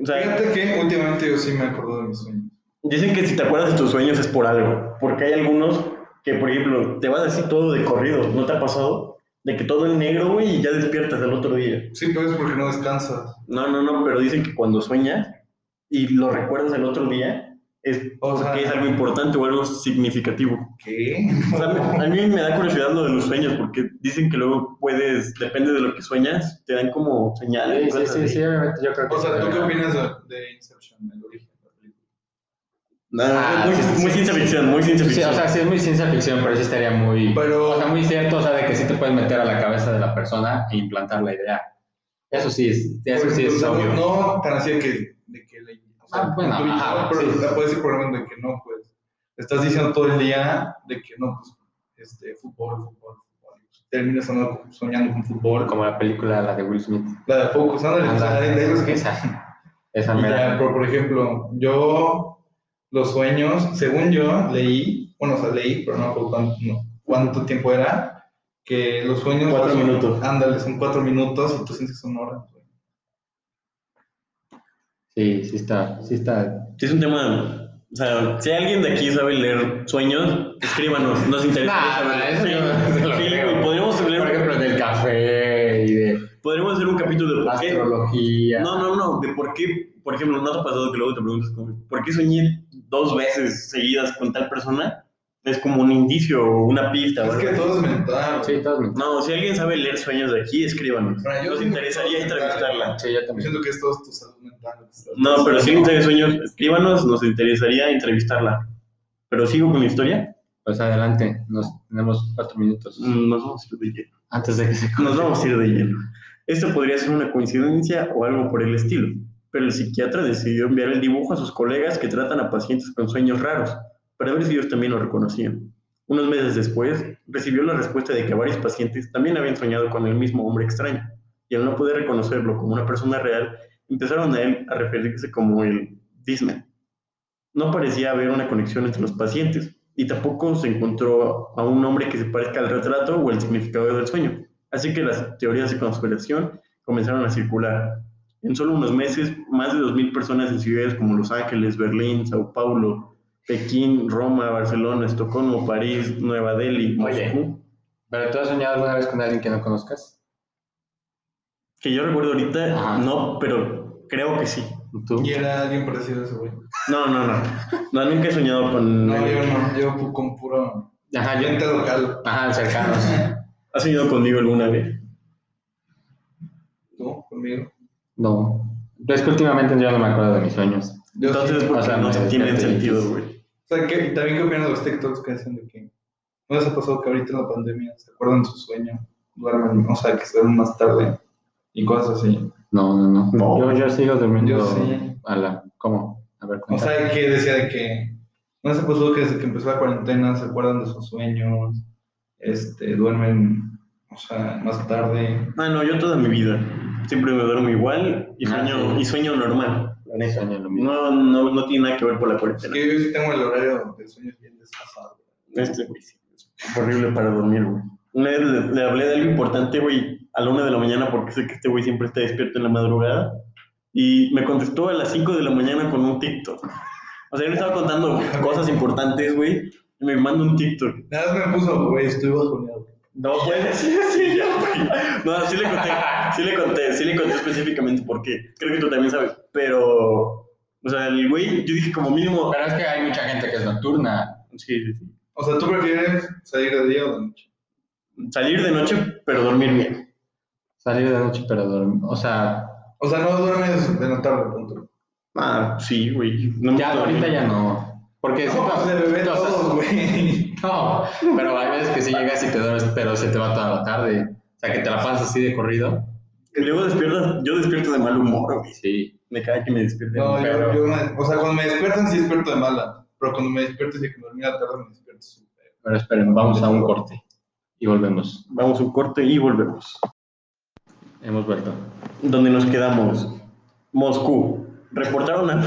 S2: o sea,
S3: Fíjate que últimamente yo sí me acuerdo de mis sueños.
S2: Dicen que si te acuerdas de tus sueños es por algo, porque hay algunos que, por ejemplo, te vas así todo de corrido, ¿no te ha pasado? De que todo en negro, güey, y ya despiertas el otro día.
S3: Sí, pero es porque no descansas.
S2: No, no, no, pero dicen que cuando sueñas y lo recuerdas el otro día, es
S3: O sea,
S2: porque es algo importante o algo significativo.
S3: ¿Qué?
S2: O sea, a mí me da curiosidad lo de los sueños, porque dicen que luego puedes, depende de lo que sueñas, te dan como
S1: Sí,
S2: señales.
S1: sí,
S2: cosas
S1: sí,
S2: así.
S1: sí, obviamente yo creo que
S3: O sea,
S1: sí,
S3: ¿tú qué
S1: ¿no?
S3: opinas de, de Inception, el origen de la película?
S2: No,
S1: Ah,
S2: muy,
S1: sí, sí,
S2: muy ciencia ficción, muy ciencia
S1: Sí,
S2: ficción.
S1: o sea, sí es muy ciencia ficción, pero sí estaría muy...
S3: Pero,
S1: O sea, muy cierto, o sea, de que sí te puedes meter a la cabeza de la persona e implantar la idea. Eso sí es, eso sí
S3: pues,
S1: es
S3: no,
S1: obvio.
S3: no tan así de que, de que la o sea,
S1: Ah, bueno,
S3: tú-
S1: ajá,
S3: pero
S1: sí.
S3: la puedes decir por ejemplo de que no, pues, estás diciendo todo el día de que no, pues, este, fútbol, fútbol, fútbol. y pues, Terminas soñando, soñando con fútbol.
S1: Como la película, la de Will Smith.
S3: Ah, La de Focus, ándale, o sea,
S1: Anda,
S3: de- de ellos que-
S1: esa, esa
S3: Y
S1: mera.
S3: ya, por, por ejemplo, yo los sueños, según yo leí, bueno, o sea, leí, pero no me acuerdo cuánto, no, cuánto tiempo era, que los sueños...
S2: Cuatro
S3: son-
S2: minutos.
S3: Ándale, son cuatro minutos y tú sientes que son horas. güey.
S1: Sí, sí está, sí está.
S2: Sí, es un tema. O sea, si alguien de aquí sabe leer sueños, escríbanos, nos interesa.
S1: Nah, nah, eso
S2: sí,
S1: yo- se lo
S2: sí,
S1: creo.
S2: güey, podríamos,
S1: Por
S2: leer-
S1: ejemplo, del café y de
S2: podríamos hacer un capítulo de por qué.
S1: astrología.
S2: No, no, no, de por qué, por ejemplo, ¿no te ha pasado que luego te preguntas, como, ¿por qué soñé dos veces seguidas con tal persona? Es como un indicio o una pista.
S3: Es
S2: ¿verdad?
S3: que todo es mental.
S1: Sí, todos me-
S2: No, si alguien sabe leer sueños de aquí, escríbanos.
S3: Bueno, yo
S2: Nos
S3: sí-
S2: interesaría entrevistarla.
S1: Sí, yo
S3: Yo
S1: también.
S3: siento que es todo tu salud mental. lo que estás
S2: No, pero si alguien
S3: haciendo.
S2: sabe sueños, escríbanos, nos interesaría entrevistarla. Pero sigo con la historia.
S1: Pues adelante, nos tenemos cuatro minutos.
S2: Mm, Nos vamos a ir de lleno.
S1: Antes de que se
S2: Nos vamos a ir de lleno. Esto podría ser una coincidencia o algo por el estilo, pero el psiquiatra decidió enviar el dibujo a sus colegas que tratan a pacientes con sueños raros, para ver si ellos también lo reconocían. Unos meses después, recibió la respuesta de que varios pacientes también habían soñado con el mismo hombre extraño, y al no poder reconocerlo como una persona real, empezaron a él a referirse como el Disney. No parecía haber una conexión entre los pacientes, y tampoco se encontró a un hombre que se parezca al retrato o el significado del sueño. Así que las teorías de conspiración comenzaron a circular. En solo unos meses, más de 2.000 personas en ciudades como Los Ángeles, Berlín, Sao Paulo, Pekín, Roma, Barcelona, Estocolmo, París, Nueva Delhi,
S1: Oye.
S2: Moscú.
S1: ¿Pero tú has soñado alguna vez con alguien que no conozcas?
S2: Que yo recuerdo ahorita,
S1: Ajá.
S2: no, pero creo que sí.
S1: ¿Tú?
S3: Y era alguien parecido a ese güey.
S2: No, no, no. No, nunca he soñado con.
S3: No, yo no, yo pu- con puro
S2: Ah,
S1: Ajá, yo.
S3: gente local.
S1: Ajá, cercanos.
S2: ¿Has soñado conmigo alguna vez?
S3: ¿Tú? Conmigo.
S1: No. Pero es que últimamente yo no me acuerdo de mis sueños.
S3: Yo
S2: Entonces,
S3: sí.
S2: porque
S1: O sea,
S2: no
S1: me-
S2: tienen
S1: ya te-
S2: sentido, güey.
S3: O sea, ¿qué- también qué opinan de los TikToks que hacen de que no les ha pasado que ahorita en la pandemia se acuerdan de su sueño, duermen, o sea, que se duermen más tarde y cosas así.
S1: No, no, no.
S2: No.
S1: Yo, yo sigo durmiendo.
S3: Yo sí.
S1: A la... ¿Cómo? A ver,
S3: O
S1: cuenta.
S3: sea, que decía de que no se pasó que desde que empezó la cuarentena se acuerdan de sus sueños, este, duermen, o sea, más tarde.
S2: Ah, no, yo toda mi vida. Siempre me duermo igual y
S1: Ah,
S2: sueño,
S1: sí.
S2: y sueño normal, la neta.
S1: Sueño lo mismo.
S2: No, no, no tiene nada que ver por la
S3: Es
S2: cuarentena.
S3: que yo sí tengo el horario de sueños bien desfasado.
S2: Este, güey, sí, es horrible para dormir, güey. Una vez le, le hablé de algo importante, güey, a la una de la mañana, porque sé que este güey siempre está despierto en la madrugada. Y me contestó a las 5 de la mañana con un TikTok. O sea, yo le estaba contando cosas importantes, güey, y me manda un TikTok.
S3: Nada más me puso, güey, estoy bajoneado.
S2: No, pues, sí, sí, ya, güey. No, sí le conté, sí le conté, sí le conté específicamente por qué. Creo que tú también sabes, pero. O sea, el güey, yo dije como mínimo.
S1: Pero es que hay mucha gente que es nocturna.
S2: Sí, sí, sí.
S3: O sea, ¿tú prefieres salir de día o de noche?
S2: Salir de noche, pero dormir bien.
S1: Salir de noche pero dormir. O sea,
S3: O sea, no duermes de la tarde, punto.
S2: Ah, sí, güey. No me
S1: ya
S2: gusta
S1: ahorita
S2: dormir.
S1: ya no. Porque sí,
S3: No,
S1: no,
S3: pues, de bebé
S1: o sea,
S3: todos, güey.
S1: No, pero hay veces que sí llegas y te duermes, pero se te va toda la tarde. O sea, que te la pasas así de corrido.
S2: Y luego despiertas, yo despierto de mal humor, güey.
S1: Sí.
S2: Me cae que me despierte.
S3: No, yo-
S2: pero-
S3: yo, me- o sea, cuando me despiertan sí despierto de mala, pero cuando me despierto y que me dormí a la tarde me despierto súper.
S1: Pero esperen, vamos a un corte. Y volvemos.
S2: Vamos a un corte y volvemos.
S1: Hemos vuelto.
S2: Donde nos quedamos. Moscú. Reportaron a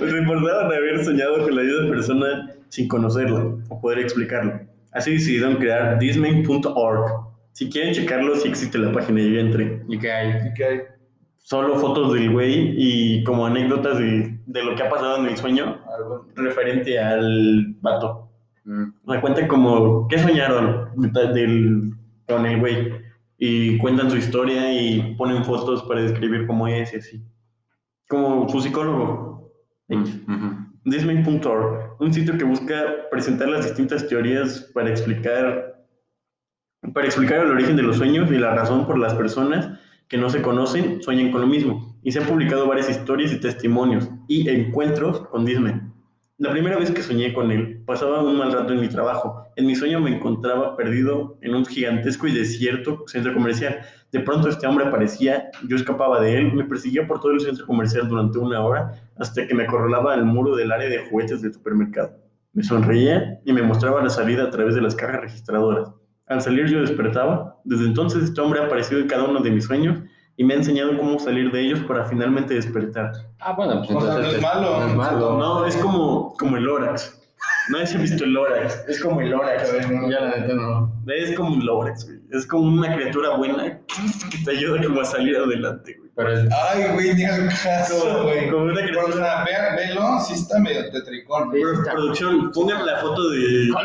S2: reportaron haber soñado con la vida de persona sin conocerla o poder explicarlo. Así decidieron crear disney.org. Si quieren checarlo, sí existe la página, yo ya entré.
S1: ¿Y qué hay?
S3: Así que hay
S2: solo fotos del güey y como anécdotas de, de lo que ha pasado en el sueño
S3: Algo-
S2: referente al vato.
S1: Mm.
S2: O sea, cuentan como, ¿qué soñaron de ta- del, con el güey? Y cuentan su historia y ponen fotos para describir cómo es y así. Como su psicólogo.
S1: Mm. Ujú.
S2: Disney.org, un sitio que busca presentar las distintas teorías para explicar para explicar el origen de los sueños y la razón por las personas que no se conocen sueñan con lo mismo. Y se han publicado varias historias y testimonios y encuentros con Disney. La primera vez que soñé con él, pasaba un mal rato en mi trabajo. En mi sueño me encontraba perdido en un gigantesco y desierto centro comercial. De pronto este hombre aparecía, yo escapaba de él, me persiguió por todo el centro comercial durante una hora hasta que me acorralaba al muro del área de juguetes del supermercado. Me sonreía y me mostraba la salida a través de las cajas registradoras. Al salir yo despertaba. Desde entonces este hombre ha aparecido en cada uno de mis sueños y me ha enseñado cómo salir de ellos para finalmente despertar.
S1: Ah, bueno, pues
S3: O sea,
S1: entonces.
S3: no es
S1: te-
S3: malo.
S1: No es malo.
S2: No, es como, como el Lorax. Nadie se ha visto el Lorax. Es como el
S3: A
S2: Lorax.
S3: ver, no,
S1: Yo la neta no.
S2: Es como un Lorax, güey. Es como una criatura buena que te ayuda como a salir adelante, güey.
S1: Pero es.
S3: Ay, güey, ni al caso, güey.
S2: Como una
S3: Pero, o
S2: criatura...
S3: sea, vea- velo, sí está medio tetricón. güey.
S2: Pro- Producción, pongan la foto de...
S1: No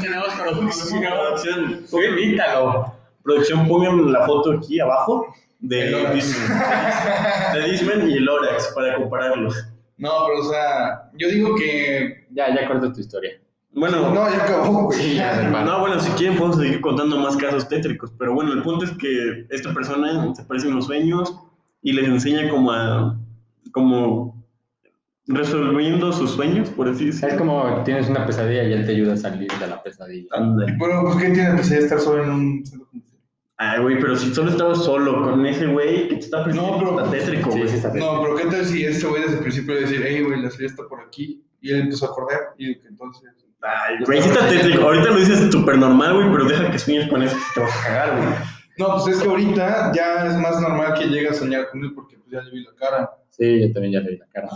S1: tenemos
S2: Producción,
S1: Tú invítalo.
S2: Producción, pongan la foto aquí abajo de
S3: El Lorax.
S2: Disman. De Disman y el Lorax para compararlos.
S3: No, pero, o sea, yo digo que...
S1: Ya, ya corta tu historia.
S2: Bueno, no,
S3: No, ya acabó, güey.
S1: Sí, ya, hermano.
S2: bueno, si quieren podemos seguir contando más casos tétricos, pero bueno, el punto es que esta persona se aparece en los sueños y les enseña como a como resolviendo sus sueños, por así
S1: Es
S2: decirlo.
S1: como tienes una pesadilla y él te ayuda a salir de la pesadilla.
S2: Ándale.
S3: Bueno, pues, ¿qué tiene que estar solo en un centro comercial?
S2: Ay, güey, pero si solo estabas solo con ese güey que te está persiguiendo,
S3: pero-
S2: está Ah, tétrico,
S1: Sí,
S2: güey.
S1: sí, está bien.
S3: No, pero ¿qué tal si este güey desde el principio iba a decir, hey, güey, la serie está por aquí? Y él empezó a acordar y que entonces...
S2: Ay, güey, sí está tétrico. Ahorita lo dices súper normal, güey, pero deja que sueñes con eso, te vas a cagar, güey.
S3: No, pues es que ahorita ya es más normal que llegue a soñar con él porque pues ya le vi la cara.
S1: Sí, yo también ya le vi la cara.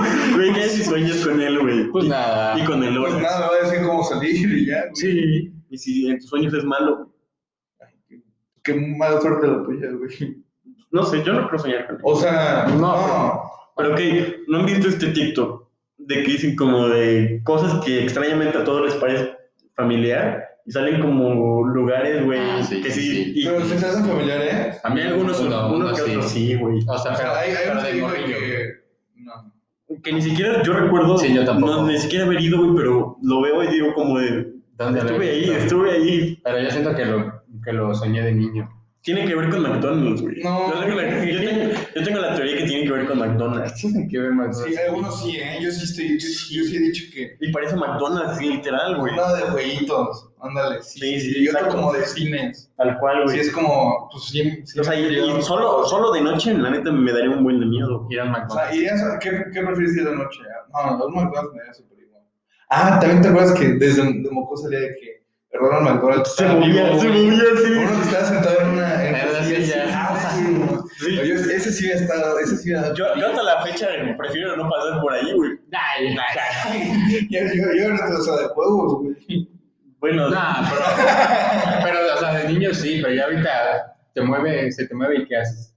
S2: Güey, ¿qué si sueñas con él, güey?
S1: Pues
S2: Y-
S1: nada.
S2: Y con el
S3: Pues
S2: Lorax.
S3: nada, me va a decir cómo salir y ya. güey.
S2: Sí. Y si en tus sueños es malo,
S3: Qué mala suerte la tuya, güey.
S2: no sé, yo no quiero soñar con él.
S3: O sea,
S1: No.
S3: no.
S2: Pero ok, ¿no han visto este TikTok? De que dicen como de cosas que extrañamente a todos les parece familiar y salen como lugares, güey.
S1: Ah, sí,
S2: que
S1: sí,
S2: sí.
S1: sí.
S2: Y,
S3: Pero se te hacen familiares, ¿eh?
S2: a mí algunos,
S1: Uno,
S2: uno
S1: uno
S2: que
S1: sí. Ah,
S2: otro sí, güey.
S1: O sea, pero,
S3: O sea, hay, hay
S1: pero
S3: unos
S1: de
S3: que digo
S1: morrillo.
S3: que... No.
S2: Que ni siquiera yo recuerdo,
S1: Sí, yo tampoco.
S2: no, ni siquiera haber ido, güey, pero lo veo y digo como de,
S1: ¿Dónde lo
S2: estuve
S1: he
S2: ahí,
S1: visto?
S2: estuve ahí,
S1: Pero yo siento que lo, que lo soñé de niño.
S2: Tiene que ver con McDonald's, güey.
S3: No.
S2: Yo tengo, la, yo tengo- yo tengo la teoría que tiene que ver con McDonald's.
S1: Tiene que ver más.
S3: Sí, algunos sí, ¿eh? Yo sí, estoy, yo, sí- yo sí he dicho que...
S2: Y parece McDonald's, sí, literal, güey.
S3: Nada de jueguitos, ándale. Sí,
S2: Sí,
S3: sí,
S2: sí,
S3: Y otro
S2: exacto.
S3: como de cines.
S2: Tal cual,
S3: Sí,
S2: güey.
S3: es como... Pues sí, sí
S2: o sea, y,
S3: yo-
S2: y solo, solo de noche, la neta, me daría un buen de miedo.
S1: Ir al
S3: O sea,
S1: McDonald's.
S3: ¿irías a- ¿qué, ¿qué prefieres ir de noche? No, los McDonald's me da súper igual. Ah, también te acuerdas que desde de Moco salía de que Ronald McDonald
S2: Se movía, se movía
S3: Uno que
S2: así.
S3: estaba sentado en una, en
S1: En una silla.
S3: Ah, sí.
S2: Sí.
S3: Oye, ese sí me ha estado, ese sí me ha dado.
S2: Yo, yo hasta la fecha güey, prefiero no pasar por ahí, güey.
S1: Ay,
S3: yo, yo, yo no te lo de juegos, güey.
S2: Bueno,
S1: Nah, pero, pero, o sea, de niño sí, pero ya ahorita te mueve, se te mueve y ¿qué haces?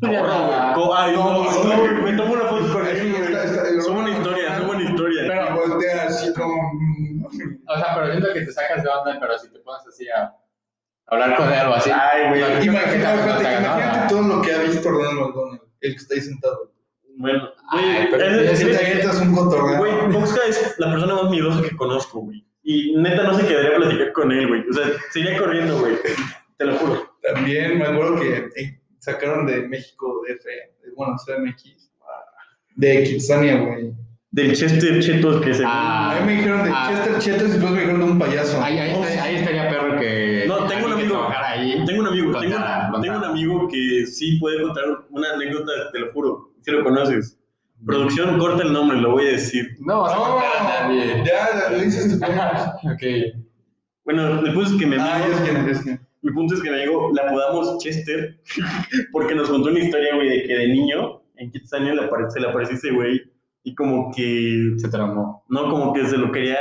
S2: corro, güey. Co- Ay, Pues no,
S3: No,
S2: güey,
S3: no,
S2: no, güey.
S3: güey.
S2: Me tomo una foto con él,
S3: Está- está-
S2: güey.
S3: el-
S2: Sube una historia, sube una historia.
S1: Pero-
S3: Y voltea mm, así como.
S1: O sea, pero siento que te sacas de onda, pero si te pones así a hablar con él o así.
S2: Ay, güey.
S1: no, creo que
S3: Imagínate,
S1: tampoco te haga, ¿no?
S3: imagínate todo lo que ha visto Ronald McDonald, el que está ahí sentado.
S2: Bueno,
S1: Ay, pero
S2: güey,
S1: es
S3: Si
S1: que
S3: te avientas un cotorreo.
S2: Güey, Boxca es la persona más miedosa que conozco, güey. Y neta no se quedaría a platicar con él, güey. O sea, se iría corriendo, güey. Te lo juro.
S3: También me acuerdo que eh, sacaron de México DF, de, bueno, CMX, de Kitsania, güey.
S2: Del Chester Chetos que se.
S1: Ah.
S3: A mí me dijeron de
S1: Ah.
S3: Chester Chetos y después me dijeron de un payaso.
S1: Ahí, ahí, está- ahí estaría perro que.
S2: No, tengo un
S1: que
S2: amigo.
S1: trabajara Ahí.
S2: Tengo un amigo, tengo,
S1: Contara, contara.
S2: tengo un amigo que sí puede contar una anécdota, te lo juro. Si lo conoces. Producción, corta el nombre, lo voy a decir.
S1: No, vas a contar a nadie.
S3: ya, lo dices. Ah,
S1: ok.
S2: Bueno, el punto es que mi
S1: Ah,
S2: amigo,
S3: ya es que, es que.
S2: mi punto es que mi amigo la apodamos Chester porque nos contó una historia, güey, de que de niño en Kitsania le apare- se le apareció ese güey y como que
S1: Se traumó.
S2: No, como que se lo quería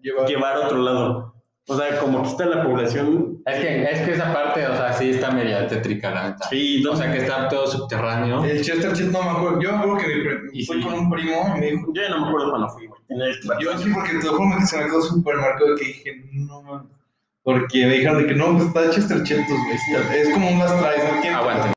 S3: Lleva.
S2: llevar a otro lado. O sea, como que está la población.
S1: Es que, es que esa parte, o sea, sí está media tétrica, la neta.
S2: Sí, no
S1: O sea, que está todo subterráneo.
S3: El Chester Check no me acuerdo. Yo me acuerdo que mi pri-
S1: Y
S3: fui
S1: sí.
S3: con un primo y me dijo.
S2: Yo ya no me acuerdo cuándo fui, güey. Tenía este-
S3: Yo sí, porque te lo juro que se me quedó súper marcado que dije, no mames. Porque me dijeron de que no, pues está Chester Chetos, güey. está- Es como un las traes, ¿no? tiene-
S1: Aguanta.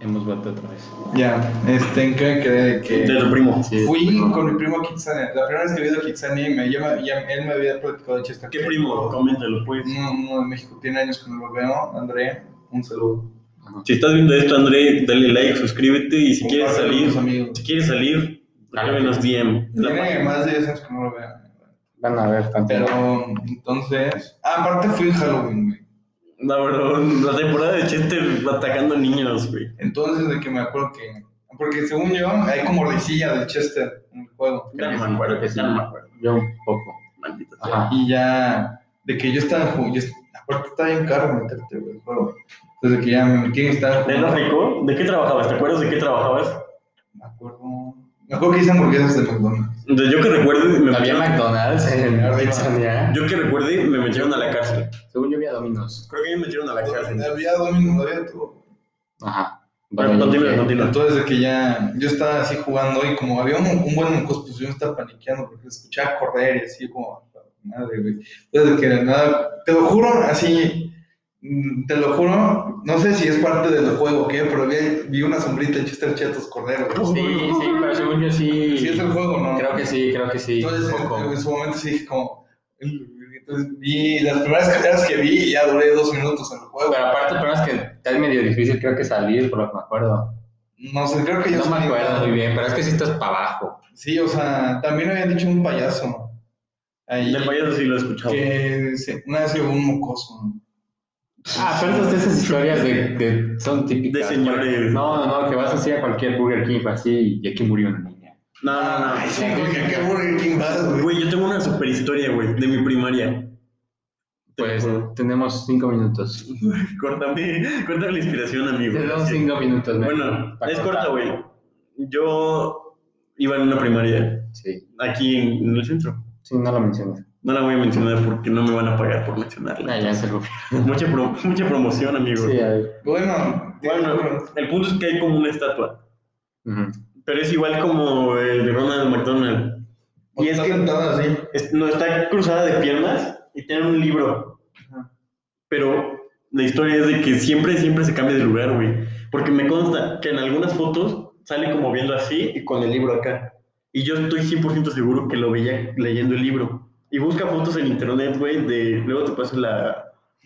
S1: Hemos vuelto otra vez.
S3: Ya, este, ¿en qué me quedé? De que.
S2: De tu primo.
S1: Sí.
S3: Fui con mi primo a Kitsania. La primera vez que he ido a Kitsania, me, ya me- ya- él me había platicado de Chester
S2: ¿Qué
S3: Chetos.
S2: primo? Coméntalo, pues.
S3: No, no, de México. Tiene años que no lo veo. André, un saludo.
S1: Ajá.
S2: Si estás viendo esto, André, dale like, suscríbete y si quieres
S3: Compártelo con
S2: salir,
S3: tus amigos.
S2: si quieres salir, escríbenos DM. La
S3: Tiene
S2: página.
S3: más de 10 años que no lo veo.
S1: Van a ver tanto.
S3: Pero, entonces. Ah, aparte fui en Halloween, güey.
S2: La verdad, la temporada de Chester atacando niños, güey.
S3: Entonces, de que me acuerdo que. Porque según yo, hay como reisilla de Chester en el juego.
S2: Ya no me acuerdo, ya no me acuerdo.
S1: Yo un poco.
S2: Maldita sea.
S1: Ajá.
S3: Y ya. De que yo estaba jugando. Aparte, está bien caro meterte, güey, el juego. Entonces, de que ya me metí y estaba
S2: ¿Era
S3: jugando.
S2: rico? ¿De qué trabajabas? ¿Te acuerdas de qué trabajabas?
S3: Me acuerdo. Me acuerdo que hice hamburguesas de McDonald's.
S2: De- Yo que recuerde, me
S1: Había
S2: metieron,
S1: McDonald's en
S3: Arriba.
S1: Kitsania.
S2: yo que recuerde, me metieron a la cárcel.
S1: Según yo había Dominos.
S2: Creo que me metieron a la cárcel.
S3: Había domingo, había todo.
S1: Ajá.
S2: Pero
S1: Bueno,
S2: continúa,
S1: ¿qué?
S2: continúa.
S3: Entonces, de que ya yo estaba así jugando y como había un, un buen mucos, pues yo me estaba paniqueando porque escuchaba correr y así como, madre, güey. Entonces, de que de nada, te lo juro, así, mm, te lo juro, no sé si es parte del juego o qué, pero vi, vi una sombrita de Chester Chetos correr, güey.
S1: Sí, sí, pero según yo sí.
S3: Sí, es el juego, ¿no?
S1: Creo que sí, creo que sí.
S3: Entonces,
S1: un poco.
S3: en su momento sí dije como, entonces vi las primeras carreras que vi y ya duré dos minutos en el juego.
S1: Pero aparte, el problema es que está medio difícil, creo que salir, por lo que me acuerdo.
S3: No sé, creo que yo
S1: No me
S3: salí-
S1: acuerdo muy bien, pero es que sí estás para abajo.
S3: Sí, o sea, también habían dicho un payaso. Ahí.
S2: Del payaso sí lo he escuchado.
S3: que se- una vez llegó un mocoso. ¿no?
S1: Ah, pero esas, esas historias de, de- son típicas.
S2: De señores.
S1: No, no, no, que vas así a cualquier Burger King, fue así, y aquí murió una niña.
S2: No, no, no.
S3: Ay, sí, güey, que qué Burger King vas, güey.
S2: Güey, yo tengo una super historia, güey, de mi primaria.
S1: Pues tenemos cinco minutos.
S2: Córtame, córtame la inspiración, amigo.
S1: Tenemos
S2: Sí.
S1: cinco minutos. ¿no?
S2: Bueno,
S1: Para
S2: es corta,
S1: cortar.
S2: güey. Yo iba en una primaria
S1: Sí,
S2: aquí en, en el centro.
S1: sí, no lo mencionas.
S2: No la voy a mencionar porque no me van a pagar por mencionarla.
S1: Ah, ya se lo
S2: Mucha, pro- mucha promoción, amigo.
S1: Sí, a ver.
S3: Bueno,
S2: Bueno, el punto es que hay como una estatua,
S1: Ujú.
S2: pero es igual como el de Ronald McDonald.
S3: y es que sentado así.
S2: Es- no, está cruzada de piernas y tiene un libro.
S3: Ajá.
S2: Pero la historia es de que siempre, siempre se cambia de lugar, güey. Porque me consta que en algunas fotos sale como viendo así y con el libro acá. Y yo estoy 100% seguro que lo veía leyendo el libro. Y busca fotos en internet, güey, de... Luego te paso la...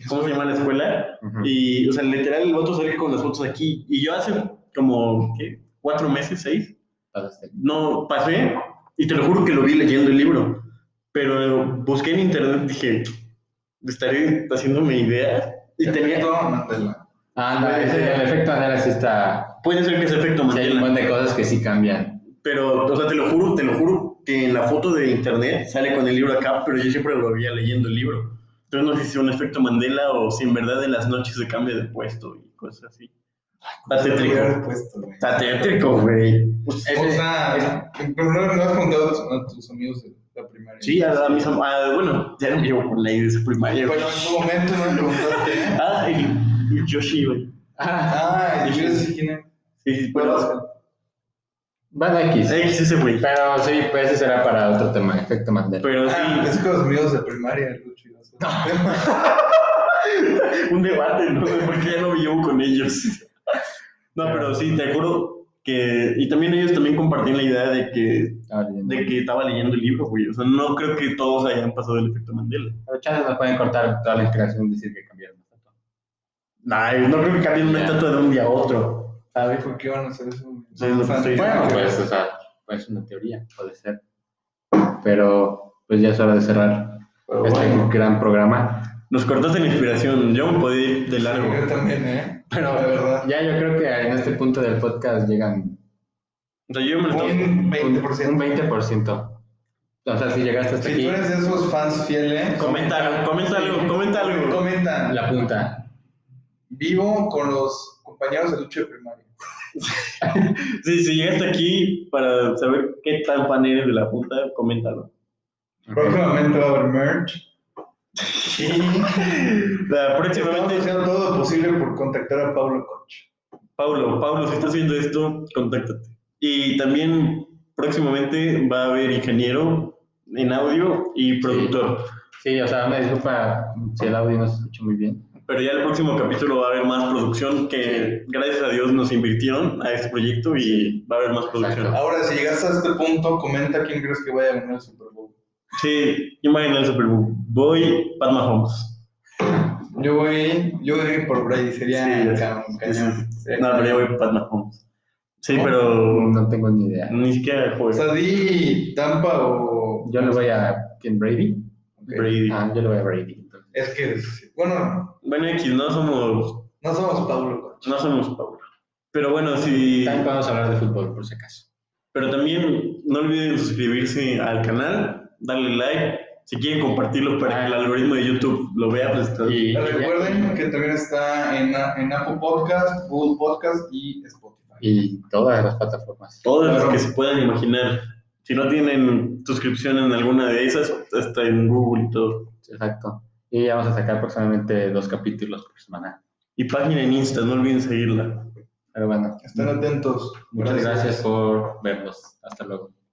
S2: ¿Cómo se llama la escuela?
S1: Ujú.
S2: Y, o sea, literal, el voto sale con las fotos aquí. Y yo hace como, ¿qué? ¿Cuatro meses, seis?
S1: Pasaste.
S2: No, pasé y te lo juro que lo vi leyendo el libro. Pero busqué en internet, dije, estaré haciéndome ideas. Y tenía,
S3: Efecto Mandela.
S1: Ah, no, ese, el efecto Mandela sí está.
S2: puede ser que ese efecto
S1: Sí, hay un
S2: Mandela.
S1: montón de cosas que sí cambian.
S2: Pero, o sea, te lo juro, te lo juro que en la foto de internet sale con el libro acá, pero yo siempre lo veía leyendo el libro. Entonces no sé si es un efecto Mandela o si en verdad en las noches se cambia de puesto y cosas así. Está tétrico.
S3: Hubiera puesto, güey. Pues,
S2: Está tétrico, güey.
S3: O
S1: Ese-
S3: sea, pero no, no has contado a tus- a tus amigos de la primaria.
S2: Sí, a, a mis am- a- bueno, ya no me llevo con la idea de su primaria. güey.
S3: Pero en su momento no me preguntaste.
S2: Ah, y, y Yoshi, güey.
S1: Ah,
S3: Ah, y yo sí quién Ah, es.
S2: Sí, sí, pero.
S3: Pero-
S1: van X.
S2: X ese güey.
S1: Pero sí, pues ese será para otro tema, efecto Mandela.
S2: Pero pues sí,
S3: Ah, es con los amigos de primaria, Lucho. y yo soy-
S2: un debate, ¿no? Porque ya no me llevo con ellos. No, pero sí, te juro que. Y también ellos también compartían la idea de que,
S3: Pues,
S1: Ah, bien.
S2: de que estaba leyendo el libro, güey. O sea, no creo que todos hayan pasado el efecto Mandela.
S1: Pero chances nos pueden cortar toda la inspiración y decir que cambiaron.
S2: Nah, no creo que cambien una
S1: Ya.
S2: estatua de un día a otro. ¿Sabes?
S3: ¿Por Ah, qué van a hacer eso? güey?
S2: Sí, lo que
S3: O sea,
S2: estoy
S1: Bueno,
S2: diciendo.
S1: pues, o sea, pues una teoría, puede ser. Pero pues ya es hora de cerrar
S3: pero
S1: este
S3: bueno.
S1: gran programa.
S2: Nos cortaste la inspiración. Yo me podía ir de largo.
S3: Yo también, ¿eh?
S1: Pero-
S3: la verdad.
S1: Ya yo creo que en este punto del podcast llegan
S2: O sea, yo me lo estaba
S3: Un
S1: un
S3: 20%.
S1: un 20%. O sea, si llegaste hasta
S3: Si tú
S1: aquí,
S3: eres de esos fans fieles,
S2: Comenta, algo, comenta algo, comenta algo.
S3: comenta.
S1: la punta.
S3: Vivo con los compañeros de lucha de primaria.
S2: Sí, si llegaste aquí para saber qué tan fan eres de la punta, coméntalo.
S1: Ok.
S3: Próximamente va a haber merch.
S2: La-
S3: Estamos
S2: próximamente,
S3: haciendo todo lo posible por contactar a Pablo Coch.
S2: Paulo, Paulo, si estás viendo esto, contáctate. Y también próximamente va a haber ingeniero en audio y productor.
S1: Sí, o sea, una disculpa si el audio no se escucha muy bien.
S2: Pero ya el próximo capítulo va a haber más producción que gracias a Dios nos invirtieron a este proyecto y va a haber más producción.
S1: Exacto.
S3: Ahora, si llegaste a este punto, comenta quién crees que vaya a ganar el Super Bowl.
S2: Sí, imagina el Super Bowl. Voy Pat Mahomes.
S3: Yo voy, yo voy por Brady, sería
S2: Sí, ya sé.
S3: cañón, cañón. Sería
S2: No, pero yo
S3: cañón.
S2: voy Pat Mahomes. Sí, pero
S1: No tengo ni idea.
S2: ni siquiera
S3: O
S2: juega
S3: sea, di Tampa o
S1: Yo le voy a Ken Brady.
S3: ok.
S2: Brady.
S1: Ah, yo le voy a Brady. entonces.
S3: Es que, sí. bueno,
S2: Bueno, X, no somos,
S3: no somos Pablo Coch.
S2: no somos Pablo. Pero bueno, sí.
S1: También podemos hablar de fútbol, por si acaso.
S2: Pero también no olviden suscribirse al canal, darle like. Si quieren compartirlo para que el algoritmo de YouTube lo vea, pues está-
S1: Y, y ya,
S3: Recuerden que también está en, en Apple Podcast, Google Podcast y Spotify.
S1: y todas las plataformas.
S2: todas las
S3: Claro.
S2: que se puedan imaginar. Si no tienen suscripción en alguna de esas, está en Google y todo.
S1: Exacto. Y ya vamos a sacar aproximadamente dos capítulos por semana.
S2: Y página en Insta, no olviden seguirla.
S1: Pero bueno,
S3: Estén atentos.
S1: muchas gracias por verlos. Hasta luego.